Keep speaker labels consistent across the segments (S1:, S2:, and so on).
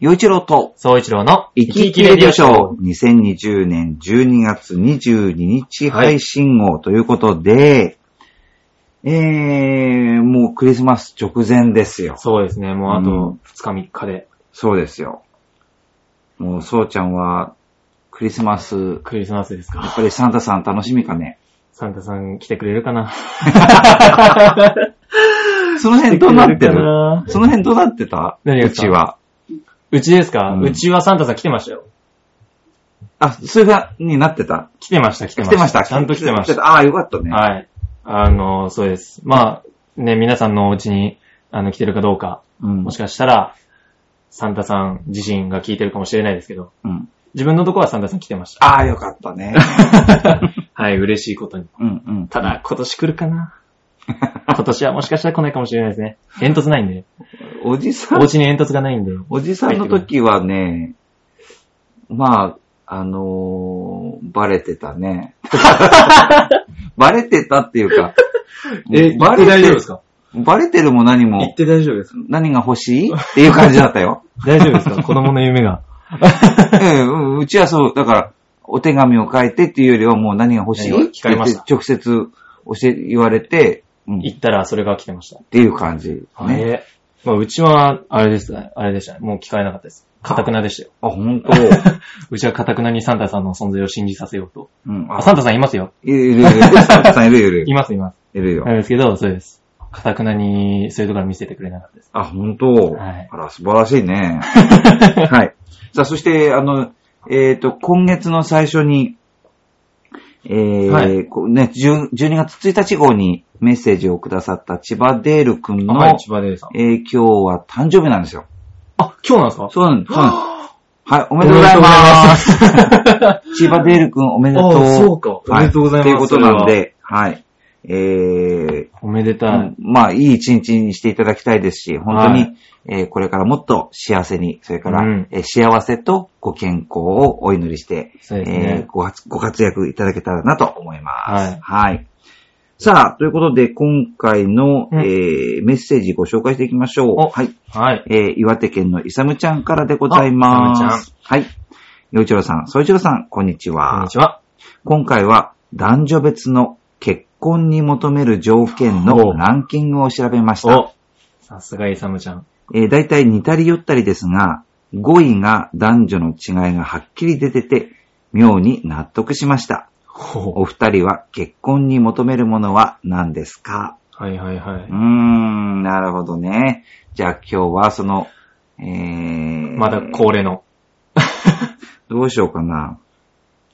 S1: 洋一郎と、
S2: 総一郎の
S1: 生き生きレディオショー、2020年12月22日配信号ということで、えー、もうクリスマス直前ですよ。
S2: そうですね、もうあ
S1: う
S2: と2日3日で
S1: そうですよ。もう、そうちゃんは、クリスマス、や
S2: クリスマスですか。
S1: っぱりサンタさん楽しみかね。
S2: サンタさん来てくれるかな
S1: その辺どうなって
S2: 来てくれか
S1: る
S2: な
S1: その辺どうなってた
S2: 何が
S1: う
S2: ですか
S1: ちは。
S2: うちですか、
S1: う
S2: うんちはサンタさん来てましたよ。
S1: あ、そういうふうになってた
S2: 来てました、来てま
S1: 来
S2: した。
S1: てました
S2: ちゃんと来てました。
S1: ああ、よかったね。
S2: はい。あの、そうです。まあ、ね、皆さんのお家に、あの、来てるかどうか、
S1: うん
S2: もしかしたら、サンタさん自身が聞いてるかもしれないですけど、
S1: うん
S2: 自分のとこはサンタさん来てました。
S1: ああ、よかったね。
S2: はい、嬉しいことに。
S1: うんうん。
S2: ただ、今年来る かな今年はもしかしたら来ないかもしれないですね。煙突ないんで。
S1: おじさ
S2: お
S1: ん、
S2: 家に煙突がないんで。
S1: おじさんの時はね、まあ、あのーバレてたね。 バレてたっていうか、バレて
S2: か
S1: バレてるも何
S2: 言っ
S1: も、
S2: て大丈夫ですか
S1: 何が欲しいっていう感じだった よ。
S2: 大丈夫ですか子供の夢が。
S1: ええうんうちはそう、だから、お手紙を書いてっていうよりはもう何が欲しい
S2: 何が聞かれました
S1: って直接教え、言われて、うん、っ
S2: 行ったらそれが来てました。
S1: ていう感じ、ね。
S2: はい。まあ、うちは、あれですね。あれでしたね。もう聞かれなかったです。かたくなでしたよ。
S1: あ、本当。
S2: うちはかたくなにサンタさんの存在を信じさせようと。
S1: うん、
S2: あ、
S1: あ、
S2: サンタさんいますよ。
S1: いるいるいる。サンタさんいるいる。
S2: いますいます。
S1: いるよ。
S2: なんですけど、そうです。かたくなに、そういうところは見せてくれなかったです。
S1: あ、本当。
S2: はい
S1: あら、素晴らしい ね。はい。さあ、そして、あの、えっ、と、今月の最初に、えー
S2: はい
S1: こうね、10 12月1日号にメッセージをくださった千葉デール君の、
S2: 葉でさん。
S1: えー今日は誕生日なんですよ。
S2: あ、今日なんですか
S1: そうなんです。そうなんですはい、おめでとうございます。千葉デール君おめでとう。
S2: そうか。お
S1: はい
S2: めでとうございます。
S1: ということなん。で、はい。えー、
S2: おめでた
S1: う
S2: い
S1: ん。まあ、いい一日にしていただきたいですし、本当に、
S2: はい
S1: えーこれからもっと幸せに、それから、
S2: うん
S1: えー幸せとご健康をお祈りして、
S2: そうです
S1: えー
S2: ね。
S1: ご活ご活躍いただけたらなと思います。
S2: はい
S1: さあ、ということで、今回の、
S2: うん
S1: えーメッセージご紹介していきましょう。
S2: お
S1: はい。
S2: はい。
S1: えー岩手県のイサムちゃんからでございます。
S2: あイサムち
S1: はい。洋一郎さん、総一郎さん、こんにちは。
S2: こんにちは。
S1: 今回は男女別の結婚に求める条件のランキングを調べました。
S2: おさすがイサムちゃん。
S1: えー、大体似たり寄ったりですが、5位が男女の違いがはっきり出てて、妙に納得しました。
S2: ほ
S1: お二人は結婚に求めるものは何ですか
S2: う。はいはいうは
S1: ーん、なるほどね。じゃあ今日はその、え
S2: い。
S1: ー、
S2: まだ恒例の。
S1: どうしようかな。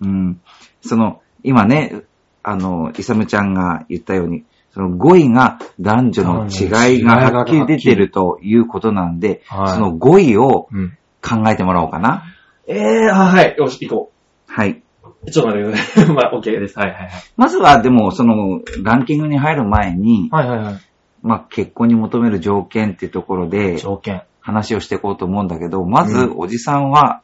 S1: うん。その、今ね、あの、イサムちゃんが言ったように、その5位が男女の違いがはっきり出てるということなんで、
S2: はい
S1: その5位を
S2: うん。
S1: 考えてもらおうかな。
S2: ええー、はい。よし、行こ
S1: はい。
S2: う。ちょっと待ってください。 まあ、OK です。はいはい
S1: まずは、でも、その、ランキングに入る前に、
S2: はい。はいはいは
S1: まあ、結婚に求める条件っていうところで
S2: い。、条件。
S1: 話をしていこうと思うんだけど、まず
S2: う、
S1: おじさんは、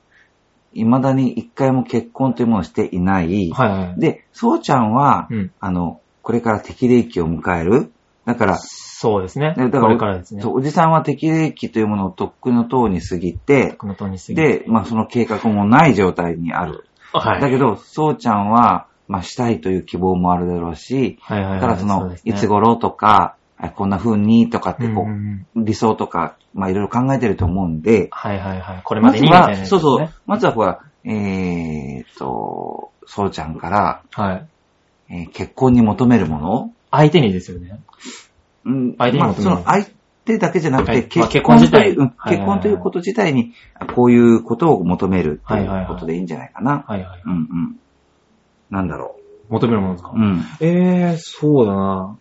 S1: 未だに一回も結婚というものをしていない。
S2: はいはい。
S1: で、そうちゃんは、
S2: うん。
S1: あの、これから適齢期を迎える。だから、
S2: そうですね。
S1: ねだから
S2: これからですね。
S1: そうおじさんは適齢期というものをとっくの塔に過ぎて、
S2: このとにすぎて。
S1: で、まあその計画もない状態にある。
S2: はい。
S1: だけど、そうちゃんは、まあしたいという希望もあるだろうし、
S2: はいはいは
S1: だ
S2: い。
S1: からその、
S2: うですね
S1: いつ頃とか、あこんな風にとかって
S2: うん
S1: こ
S2: う
S1: う、
S2: んうん。
S1: 理想とか、まあいろいろ考えてると思うんで、
S2: はいはいはい。これま
S1: ま
S2: で
S1: ず
S2: にみたいなやつ
S1: は、
S2: です
S1: そ
S2: ね。
S1: うそう、まずはほら、えーっと、そうちゃんから、
S2: はい。
S1: えー結婚に求めるもの
S2: 相手にですよね。
S1: うん
S2: 相手に
S1: まあ、
S2: 求める
S1: その相手だけじゃなく
S2: は
S1: て、
S2: いまあ
S1: 結婚
S2: 結婚
S1: 自
S2: 自
S1: 体、う
S2: 体
S1: ん
S2: はいはい
S1: 結
S2: はい
S1: 婚ということ自体に、こういうことを求めるってい
S2: はいはいは
S1: う
S2: い
S1: ことでいいんじゃないかな。
S2: はいはい。
S1: うんうん。なんだろ
S2: 求めるものですか
S1: う。うん。
S2: ええー、そうだな。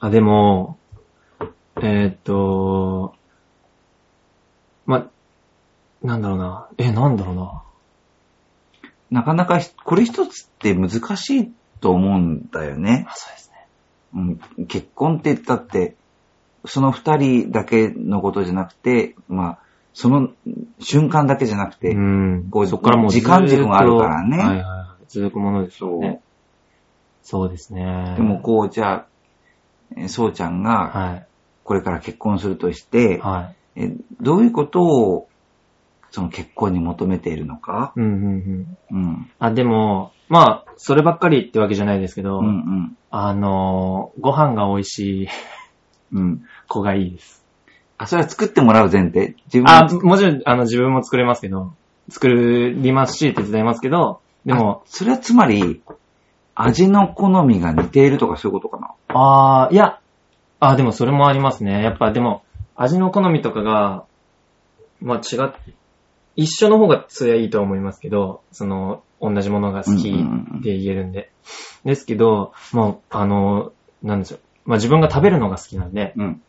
S2: あ、でも、えーっと、ま、なんだろうな。え、なんだろうな。
S1: なかなかひ、これ一つって難しいと思うんだよね。
S2: あ、そうですね。
S1: うん、結婚って言ったって、その二人だけのことじゃなくて、まあ、その瞬間だけじゃなくて、
S2: うん。
S1: こう
S2: そっからもう
S1: 時間軸があるからね
S2: ずーっとはいはい。続くものですよね。そうですね。
S1: でもこう、じゃあ、えーそうちゃんが
S2: はい。
S1: これから結婚するとして、
S2: は
S1: えどういうことを、その結婚に求めているのか。
S2: うんうんうん。
S1: うん。
S2: あ、でも、まあ、そればっかりってわけじゃないですけど、
S1: うんうん。
S2: あのー、ご飯が美味しい
S1: うん。
S2: 子がいいです。
S1: あ、それは作ってもらう前提自分が
S2: あ、もちろん、あの、自分も作れますけど、作りますし、手伝いますけど、でも、
S1: それはつまり、味の好みが似ているとかそういうことかな。
S2: あー、いや、あー、でもそれもありますね。やっぱ、でも、味の好みとかが、まあ違っ、一緒の方がそりゃいいとは思いますけど、その、同じものが好き
S1: うんうんうん
S2: で言えるんで。ですけど、もう、あの、なんでしょう。まあ自分が食べるのが好きなんで、
S1: うん。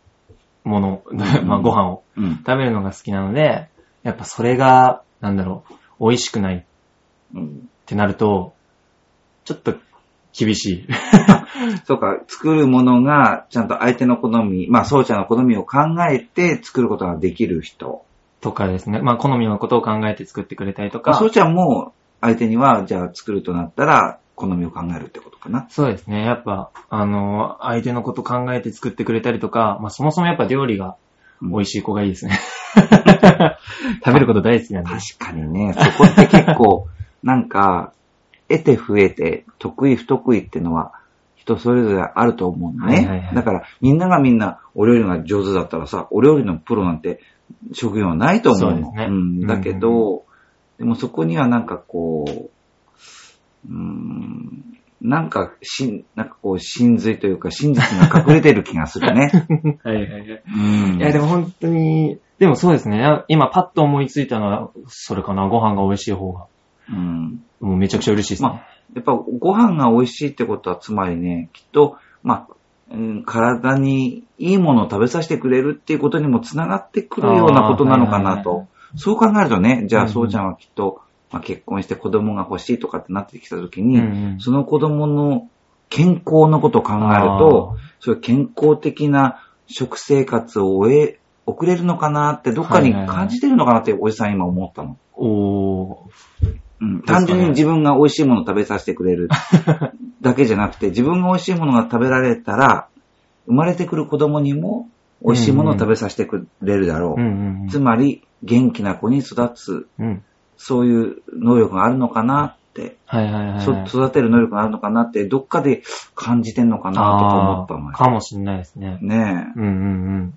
S2: ものを、
S1: ん
S2: まあご飯を。
S1: うん。
S2: 食べるのが好きなので、やっぱそれが、なんだろう、美味しくないっ
S1: うん、
S2: てなると、ちょっと厳しい。
S1: そうか、作るものがちゃんと相手の好み、まあ、そうちゃんの好みを考えて作ることができる人。
S2: とかですね。まあ、好みのことを考えて作ってくれたりと
S1: まあ、そう
S2: か。
S1: ちゃんも相手には、じゃあ作るとなったら、好みを考えるってことかな。
S2: そうですね。やっぱ、あの、相手のこと考えて作ってくれたりとか、まあ、そもそもやっぱ料理が
S1: うん
S2: 美味しい子がいいです ね。食べること大好きなんで。
S1: 確かにね、そこって結構、 なんか、得て増えて、得意不得意ってのは、人それぞれあると思うのね。
S2: はいはいはい
S1: だから、みんながみんなお料理が上手だったらさ、お料理のプロなんて職業はないと思うの。
S2: そうですね
S1: ん、だけど、でもそこにはなんかこう、うーん、なんか、し、なんかこう、真髄というか、真実が隠れてる気がする ね。
S2: はいはいはい。
S1: うん。
S2: いや、でも本当に、でもそうですね。今パッと思いついたのは、それかな。ご飯が美味しい方が。
S1: うん。
S2: もうめちゃくちゃ嬉しいですね。
S1: まあ、やっぱご飯が美味しいってことは、つまりね、きっと、まあ、うん体にいいものを食べさせてくれるっていうことにもつながってくるようなことなのかな
S2: あーはいはいは
S1: と。そう考えるとね、じゃ
S2: う
S1: あ、
S2: んうん
S1: そうちゃんはきっと、まあ、結婚して子供が欲しいとかってなってきたとき
S2: う
S1: に、
S2: んうん
S1: その子供の健康のことを考えると、そういう健康的な食生活を終え、送れるのかなって、どっかに感じてるのかなって、おじさん今思ったの。
S2: あー、おー
S1: うん単純に自分が美味しいものを食べさせてくれ るだけじゃなくて、自分が美味しいものが食べられたら、生まれてくる子供にも美味しいものを食べさせてくれるだろ
S2: う
S1: う。
S2: んうんうん
S1: つまり、元気な子に育つ、
S2: うん。
S1: そういう能力があるのかなって、
S2: はいはいはい。
S1: そ育てる能力があるのかなって、どっかで感じてんのかなとか思ったの
S2: あー
S1: よ。
S2: かもしんないですね。
S1: ねえ。
S2: うんうんうん。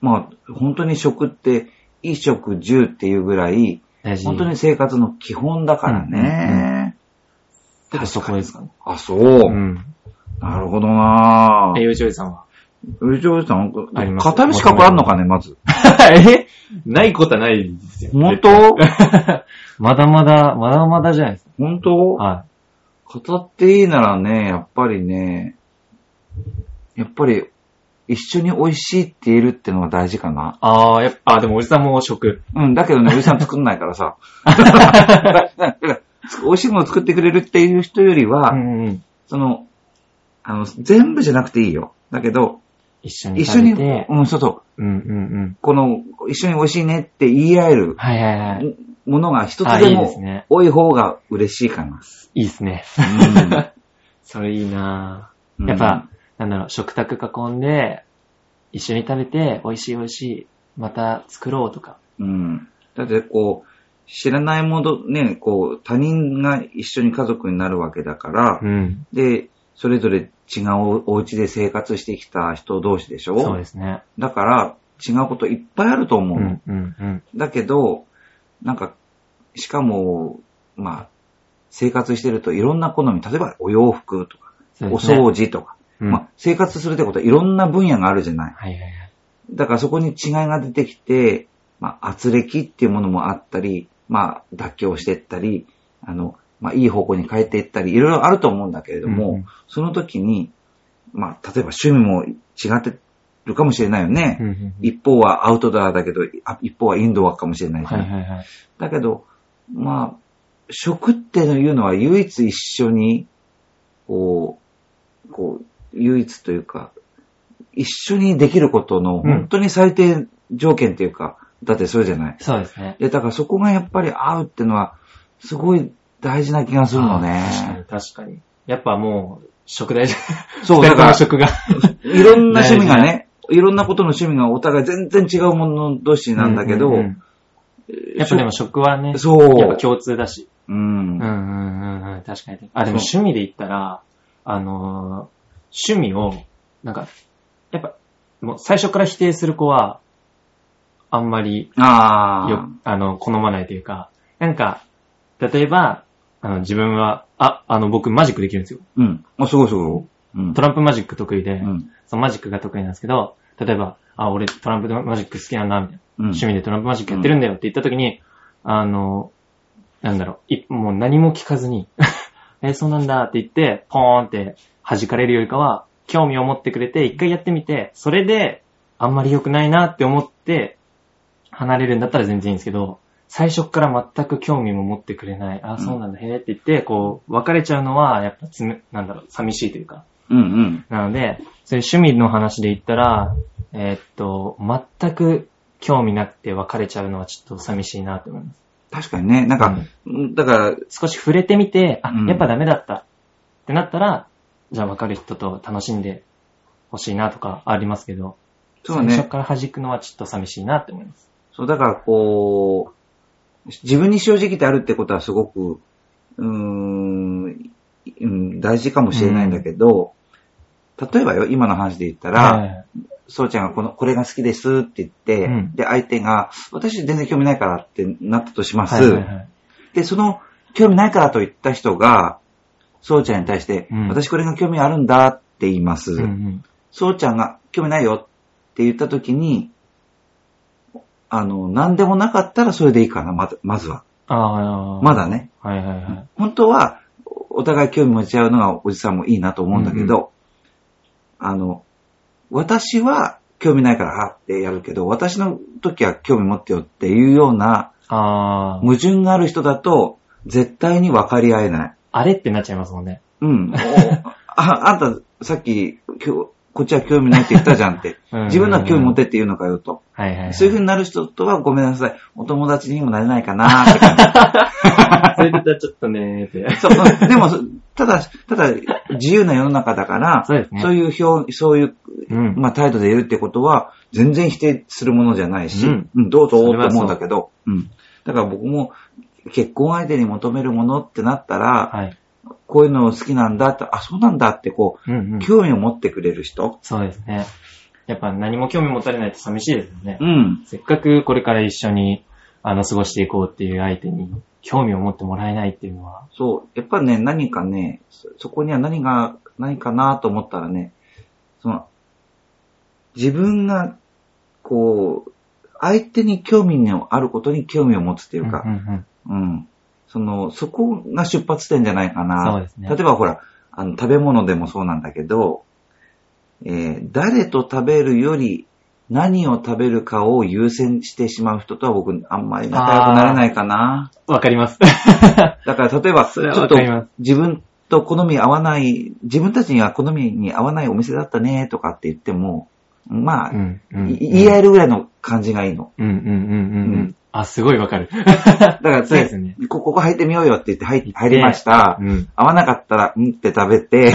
S1: まあ、本当に食って、衣食住っていうぐらい、
S2: 大事。
S1: 本当に生活の基本だからね。
S2: ちょっとそこですかね。
S1: あ、そう。
S2: うん。
S1: なるほどな
S2: え、
S1: ぁ。
S2: よちおじさんは
S1: うちおじさん、
S2: あります
S1: 片道かこあんのかね、まず。
S2: えないことはないですよ
S1: 本当
S2: まだまだ、まだまだじゃないですか。
S1: 本当
S2: は
S1: 語っていいならね、やっぱりね、やっぱり、一緒に美味しいって言えるってのが大事かな。
S2: い。ああ、やっぱ、あでもおじさんも食。
S1: うん、だけどね、おじさん作んないからさ。 だだから美味しいもの作ってくれるっていう人よりは、
S2: うんうん。
S1: その、あの、全部じゃなくていいよ。だけど、
S2: 一緒に
S1: 一緒
S2: 食べ
S1: に、
S2: て。
S1: うん、そうそう、
S2: うんうんうん。
S1: この、一緒に美味しいねって言い合える
S2: はいはいはい。
S1: ものが一つ
S2: あ
S1: で
S2: いいです
S1: も
S2: ね。
S1: 多い方が嬉しいかな。
S2: いいですね。 それいいな
S1: う
S2: ぁ
S1: ん
S2: やっぱ、、なんだろう、食卓囲んで、一緒に食べて、美味しい美味しい、また作ろうとか。
S1: うん。だってこう、知らないもの、ね、こう、他人が一緒に家族になるわけだから、
S2: ん。
S1: で、それぞれ違うお家で生活してきた人同士でしょ
S2: そうですね。
S1: だから、違うこといっぱいあると思
S2: う
S1: う。
S2: んうんうん。
S1: だけど、なんか、しかも、まあ、生活してるといろんな好み、例えばお洋服とか、
S2: そう
S1: お
S2: ですね
S1: 掃除とか、
S2: うん
S1: まあ、生活するってことはいろんな分野があるじゃない。
S2: はいはいはい。
S1: だからそこに違いが出てきて、まあ、圧力っていうものもあったり、まあ、妥協していったり、あの、まあ、いい方向に変えていったり、いろいろあると思うんだけれども、
S2: うんうん
S1: その時に、まあ、例えば趣味も違ってるかもしれないよね。
S2: うんうんうん
S1: 一方はアウトドアだけど、あ一方はインドアかもしれないじゃ
S2: はい
S1: な
S2: はいいはい。
S1: だけど、まあ、食っていうのは唯一一緒に、こう、こう、唯一というか、一緒にできることの
S2: うん
S1: 本当に最低条件というか、だってそれじゃない。
S2: そうですね。
S1: で、だからそこがやっぱり合うってのは、すごい大事な気がするのね。
S2: 確かに確かに。やっぱもう、食大事。
S1: そう、
S2: 二
S1: だ
S2: 人と
S1: か
S2: も食が。
S1: ら、いろんな趣味がね、いろんなことの趣味がお互い全然違うもの同士なんだけど、
S2: うううんやっぱでも食はね、
S1: そう
S2: やっぱ共通だし。
S1: う
S2: うん
S1: ん
S2: う。んうんうん、確かに。あ、でも趣味で言ったら、あのー趣味を、なんか、やっぱ、もう最初から否定する子は、あんまり
S1: あ
S2: よ
S1: あ。、
S2: あの、好まないというか、なんか、例えば、あの、自分は、あ、あの、僕マジックできるんですよ。
S1: うん。あ、すごいすごい。うん。
S2: トランプマジック得意で、
S1: うん。
S2: そのマジックが得意なんですけど、例えば、あ、俺トランプマジック好きなんだ、みたいな。
S1: うん。
S2: 趣味でトランプマジックやってるんだよって言った時に、あの、なんだろう、いもう何も聞かずに、 え、そうなんだって言って、ポーンって弾かれるよりかは、興味を持ってくれて、一回やってみて、それで、あんまり良くないなって思って、離れるんだったら全然いいんですけど、最初から全く興味も持ってくれない、あ、そうなんだ、へーって言って、こう、別れちゃうのは、やっぱつむ、なんだろう、寂しいというか。
S1: うんうん。
S2: なので、そういう趣味の話で言ったら、えーっと、全く興味なくて別れちゃうのはちょっと寂しいなって思います。
S1: 確かにね。なんか、だから、
S2: 少し触れてみて、あ
S1: うん、
S2: やっぱダメだったってなったら、じゃあ別れる人と楽しんでほしいなとかありますけど、
S1: そう
S2: 最初
S1: ね。
S2: から弾くのはちょっと寂しいなって思います。
S1: そう、だからこう、自分に正直であるってことはすごく、うーん、うん大事かもしれないんだけど、例えばよ、今の話で言ったら、そうちゃんがこの、これが好きですって言って、
S2: うん
S1: で、相手が、私全然興味ないからってなったとし
S2: え
S1: ま
S2: ー
S1: す。
S2: はいはいはい
S1: で、その、興味ないからと言った人が、そうちゃんに対して、
S2: うん
S1: 私これが興味あるんだって言います。
S2: うんうん
S1: そうちゃんが興味ないよって言った時に、あの、何でもなかったらそれでいいかな、まずまずは。
S2: ああ、
S1: ま。だね。
S2: はいはいはい。
S1: 本当は、おお互い興味持ち合うのがおじさんもいいなと思うんだけど、あの、私は興味ないから、あってやるけど、私の時は興味持ってよっていうような
S2: ああ、
S1: 矛盾がある人だと、絶対に分かり合えない。
S2: あれってなっちゃいますもんね。
S1: うん。お あ、あんた、さっき、きょこっちは興味ないって言ったじゃんって。
S2: うんうんうん
S1: 自分のは興味持ってって言うのかよと。
S2: はいはいはい。
S1: そういう風になる人とはごめんなさい。お友達にもなれないかなって 感じ。
S2: それでちょっとねーって。
S1: そう、でも、ただ、ただ、自由な世の中だから、
S2: そうですね
S1: そういう表、そういう、
S2: うん。
S1: まあ、態度で言うってことは、全然否定するものじゃないし、
S2: う
S1: うん
S2: ん、
S1: どうぞと
S2: それはそう
S1: 思うんだけど、うん。だから僕も、結婚相手に求めるものってなったら、
S2: はい。
S1: こういうの好きなんだって、あ、そうなんだって、こ
S2: うんう
S1: う、
S2: ん。
S1: 興味を持ってくれる人。
S2: そうですね。やっぱ何も興味持たれないと寂しいですよね。
S1: うん。
S2: せっかくこれから一緒に、あの、過ごしていこうっていう相手に、興味を持ってもらえないっていうのは、
S1: そう。やっぱね、何かね、そそこには何が、何かなと思ったらね、その、自分が、こう、相手に興味のあることに興味を持つっていうか
S2: う、んうんうん
S1: うん。その、そこが出発点じゃないか
S2: そう
S1: な。
S2: ですね。
S1: 例えばほら、あの、食べ物でもそうなんだけど、えー誰と食べるより何を食べるかを優先してしまう人とは僕、あんまり仲良くなれないかな。
S2: わかります。
S1: だから例えば、ち
S2: それは
S1: ょっ
S2: わ
S1: と
S2: かります
S1: 自分と好み合わない、自分たちには好みに合わないお店だったねとかって言っても、まあ、
S2: うんうん
S1: い言い合えるぐらいの感じがいいの。
S2: うんうんうんうんう
S1: うん
S2: ん。あ、すごいわかる。
S1: だから
S2: そうですね。
S1: こここ入ってみようよって言って入入りました。
S2: うん。
S1: 合わなかったら、うんって食べ て、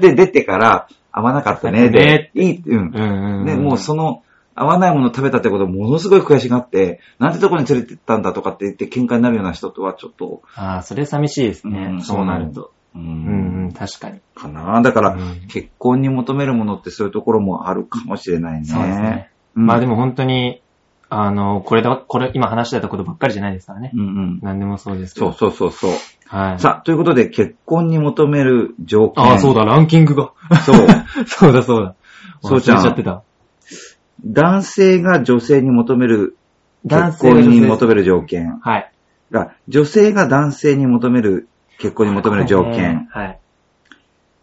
S1: で、出てから、合わなかったね。で、いい、うん
S2: う。んうん。
S1: ね、もうその、合わないものを食べたってことをものすごい悔しがって、なんてとこに連れてったんだとかって言って喧嘩になるような人とはちょっと、
S2: ああ、それ寂しいです
S1: う
S2: ね
S1: ん。
S2: そうなると。
S1: う、
S2: うんうんん、確かに。
S1: かなだから、
S2: うん
S1: 結婚に求めるものってそういうところもあるかもしれないね。
S2: そうですね。
S1: うん。
S2: まあでも本当に、あの、これだ、これ、今話してたことばっかりじゃないですからね。
S1: うんうん。
S2: 何でもそうですけ
S1: そ
S2: ど。
S1: うそうそうそう。
S2: はい。
S1: さあ、ということで、結婚に求める条件。
S2: ああ、そうだ、ランキングが。
S1: だ。そう。
S2: そうだ、そうだ。
S1: そうちゃん
S2: 忘れちゃってた。
S1: 男性が女性に求める、結婚に求める条件。
S2: はい。
S1: が、女性が男性に求める、結婚に求める条件。。
S2: はい。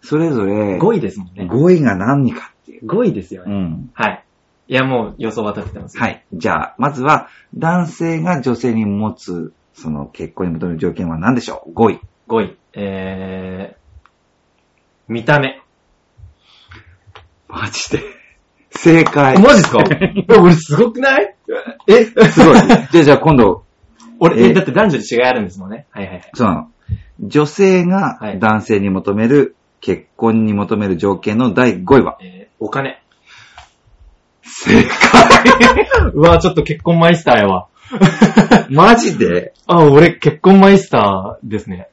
S1: それぞれ、
S2: 5位ですもんね。
S1: 語彙が何かっていう。
S2: 5位ですよ
S1: う
S2: ね。
S1: ん。
S2: はい。いや、もう予想は立ててます。。
S1: はいい。じゃあ、まずは、男性が女性に持つ、その結婚に求める条件は何でしょう ?5 位。
S2: 5位。えー、見た目。
S1: マジで。正解。
S2: マジで すかえ俺すごくないえ
S1: す ごい。じゃあ、じゃあ今度、
S2: 俺、
S1: え
S2: えだって男女で違いあるんですもんね。はいはいはい。
S1: その、女性が
S2: はい
S1: 男性に求める、結婚に求める条件の第5位は、
S2: えー、お金。
S1: 正解
S2: うわ、ちょっと結婚マイスターやわ。
S1: マジで
S2: あ、俺結婚マイスターですね。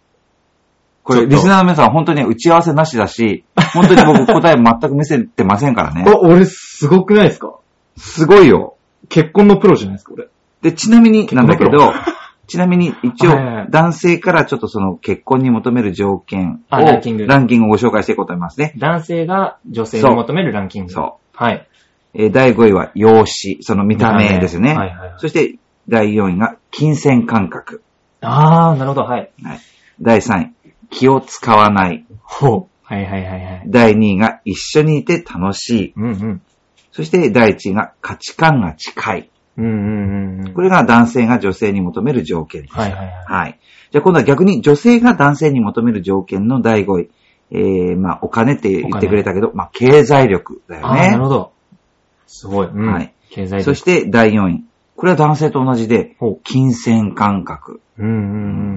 S1: こ
S2: ち
S1: れ、
S2: ょっと
S1: リスナーの皆さん、本当に打ち合わせなしだし、本当に僕答え全く見せてませんからね。
S2: あ、俺すごくないですか
S1: すごいよ。
S2: 結婚のプロじゃないですか、俺。
S1: で、ちなみになんだけ
S2: 結婚
S1: ど、ちなみに一応
S2: はいはいはい、
S1: 男性からちょっとその結婚に求める条件を、
S2: あランキング
S1: ランキングをご紹介していこうと思いますね。
S2: 男性が女性に求めるランキング。。
S1: そう
S2: はい。
S1: えー第5位は容姿、その見た目ですね。
S2: はいはいはい
S1: そして、第4位が金銭感覚。
S2: あー、なるほど、はい。
S1: はい第3位、気を使わない。
S2: ほう。はいはいはいはい。
S1: 第2位が一緒にいて楽しい。
S2: うんうん。
S1: そして第1位が価値観が近い。
S2: うんうんうんうん。
S1: これが男性が女性に求める条件です。
S2: はいはいはい。
S1: はい。じゃあ今度は逆に女性が男性に求める条件の第5位。えー、まあお金って言ってくれたけど、まあ経済力だよ
S2: あー、なる
S1: ね。
S2: ほど。すごい。うん。
S1: はい
S2: 経済
S1: そ
S2: 的。
S1: して第4位。これは男性と同じで
S2: ほう、
S1: 金銭感覚。
S2: うんうんう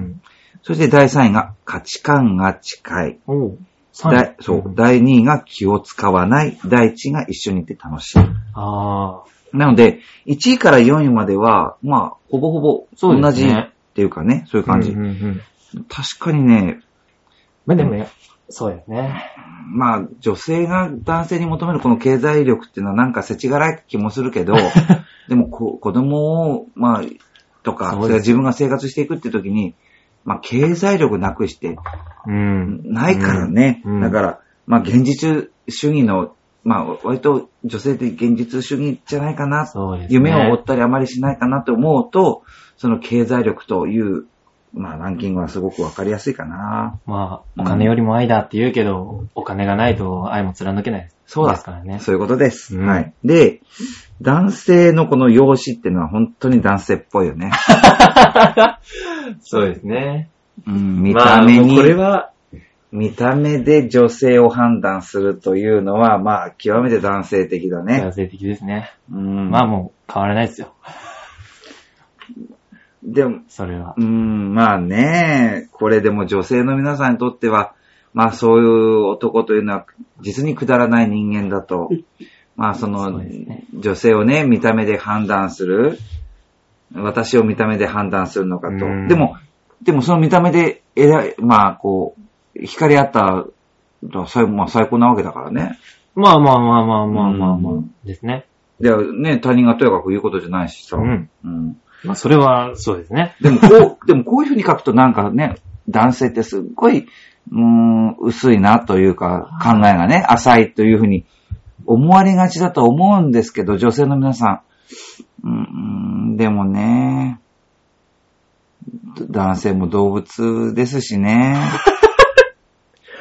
S2: ん。
S1: そして第3位が価値観が近い。
S2: おう。三
S1: 第そ
S2: ん
S1: う。第2位が気を使わない。第1位が一緒にいて楽しい。
S2: ああ。
S1: なので、1位から4位までは、まあ、ほぼほぼ
S2: そう
S1: 同
S2: です
S1: じ
S2: ね
S1: っていうかね、そういう感じ。
S2: うんうんうん。
S1: 確かにね、
S2: まあでもね、そうですね。
S1: まあ、女性が男性に求めるこの経済力っていうのはなんか世知辛い気もする けど、でもこ子供を、まあ、とか、
S2: そ
S1: そうれから
S2: です
S1: 自分が生活していくって時に、まあ、経済力なくして、
S2: うん。
S1: ないからね。
S2: うんうん
S1: だから、まあ、現実主義の、まあ、割と女性って現実主義じゃないかな
S2: そうですね。
S1: 夢を追ったりあまりしないかなと思うと、その経済力という、まあランキングはすごくわかりやすいかな。
S2: まあ、お金よりも愛だって言うけど、お金がないと愛も貫けない。
S1: そうだ
S2: ですからね。
S1: そういうことです。
S2: うん
S1: はい。で、男性のこの容姿っていうのは本当に男性っぽいよ ね。
S2: そうですね。
S1: うん、見た目に、
S2: まあこれは、
S1: 見た目で女性を判断するというのは、まあ極めて男性的だね。
S2: 男性的ですね。
S1: うん。
S2: まあもう変わらないですよ。
S1: でも、
S2: それは
S1: う。ん、まあね、これでも女性の皆さんにとっては、まあそういう男というのは実にくだらない人間だ と、まあそ
S2: そ
S1: の
S2: うですね
S1: 女性をね、見た目で判断する、私を見た目で判断するのかと
S2: うん。
S1: でも、でもその見た目で選い、まあこう、惹かれ合ったら最,、まあ、最高なわけだからね。
S2: まあまあまあまあまあまあまあ
S1: うん
S2: ですね。
S1: でね、他人がとやかく言うことじゃないしさ。
S2: うん。
S1: うん
S2: まあそれは、そうですね。
S1: でもこう、で もこういう風に書くとなんかね、男性ってすっごい、うーん、薄いなというか、考えがね、浅いという風に思われがちだと思うんですけど、女性の皆さん、うーん、でもね、男性も動物ですしね。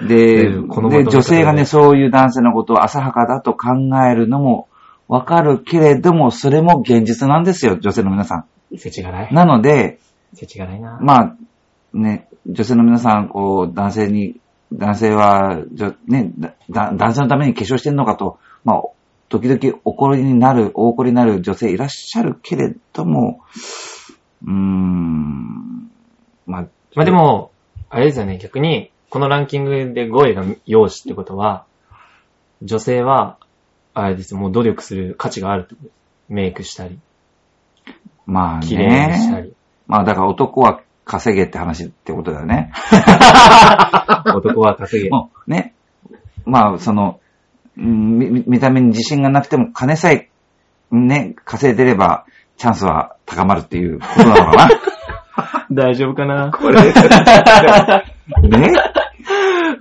S1: で、
S2: えーこの
S1: で
S2: まとめ方で
S1: 女性がね、そういう男性のことを浅はかだと考えるのもわかるけれども、それも現実なんですよ、女性の皆さん。
S2: 世知がない。
S1: なので、
S2: 世知がないな。
S1: まあ、ね、女性の皆さん、こう、男性に、男性は、じょね、だだ男性のために化粧してんのかと、まあ、時々怒りになる、大怒りになる女性いらっしゃるけれども、うーん、まあ、
S2: まあでも、あれですよね、逆に、このランキングで5位が容姿ってことは、女性は、あれですよ、もう努力する価値があるってことです。メイクしたり、
S1: まあ
S2: 綺麗にした
S1: ね、
S2: り。
S1: まあだから男は稼げって話ってことだよね。
S2: 男は稼げ。
S1: もうね、まあその、うん見見た目に自信がなくても金さえ、ね、稼いでればチャンスは高まるっていうことなのかな。
S2: 大丈夫かな
S1: これ。 ね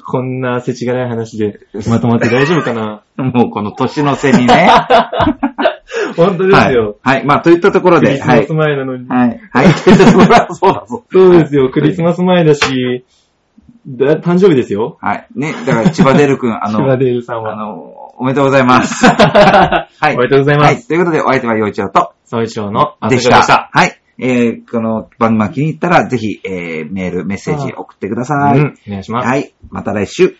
S2: こんな世知がない話で、まとまって大丈夫かな
S1: もうこの年の瀬にね。
S2: 本当ですよ。
S1: はい。はい。まあ、といったところ
S2: クリ
S1: で、
S2: ス
S1: は
S2: マ
S1: い
S2: ス。前なのに。
S1: はい。はい。 といったところはそうだそう。
S2: そうですよ、クリスマス前だし、だ誕生日ですよ。
S1: はい。ね、だから、千葉デル 君、あ
S2: シ
S1: の、
S2: ュガデールさん
S1: あ
S2: は。
S1: の、おめでとうござい ます。は
S2: おめでとうございま
S1: はい。
S2: す。
S1: ということで、お相手は陽一郎と、
S2: 総一郎のあ
S1: で
S2: ず
S1: し
S2: かでした。
S1: た。はい。えー、この番組が気に入ったら、ぜひ、えー、メール、メッセージ送ってくださ
S2: う
S1: い。
S2: ん、お願いします。
S1: はい。また来週。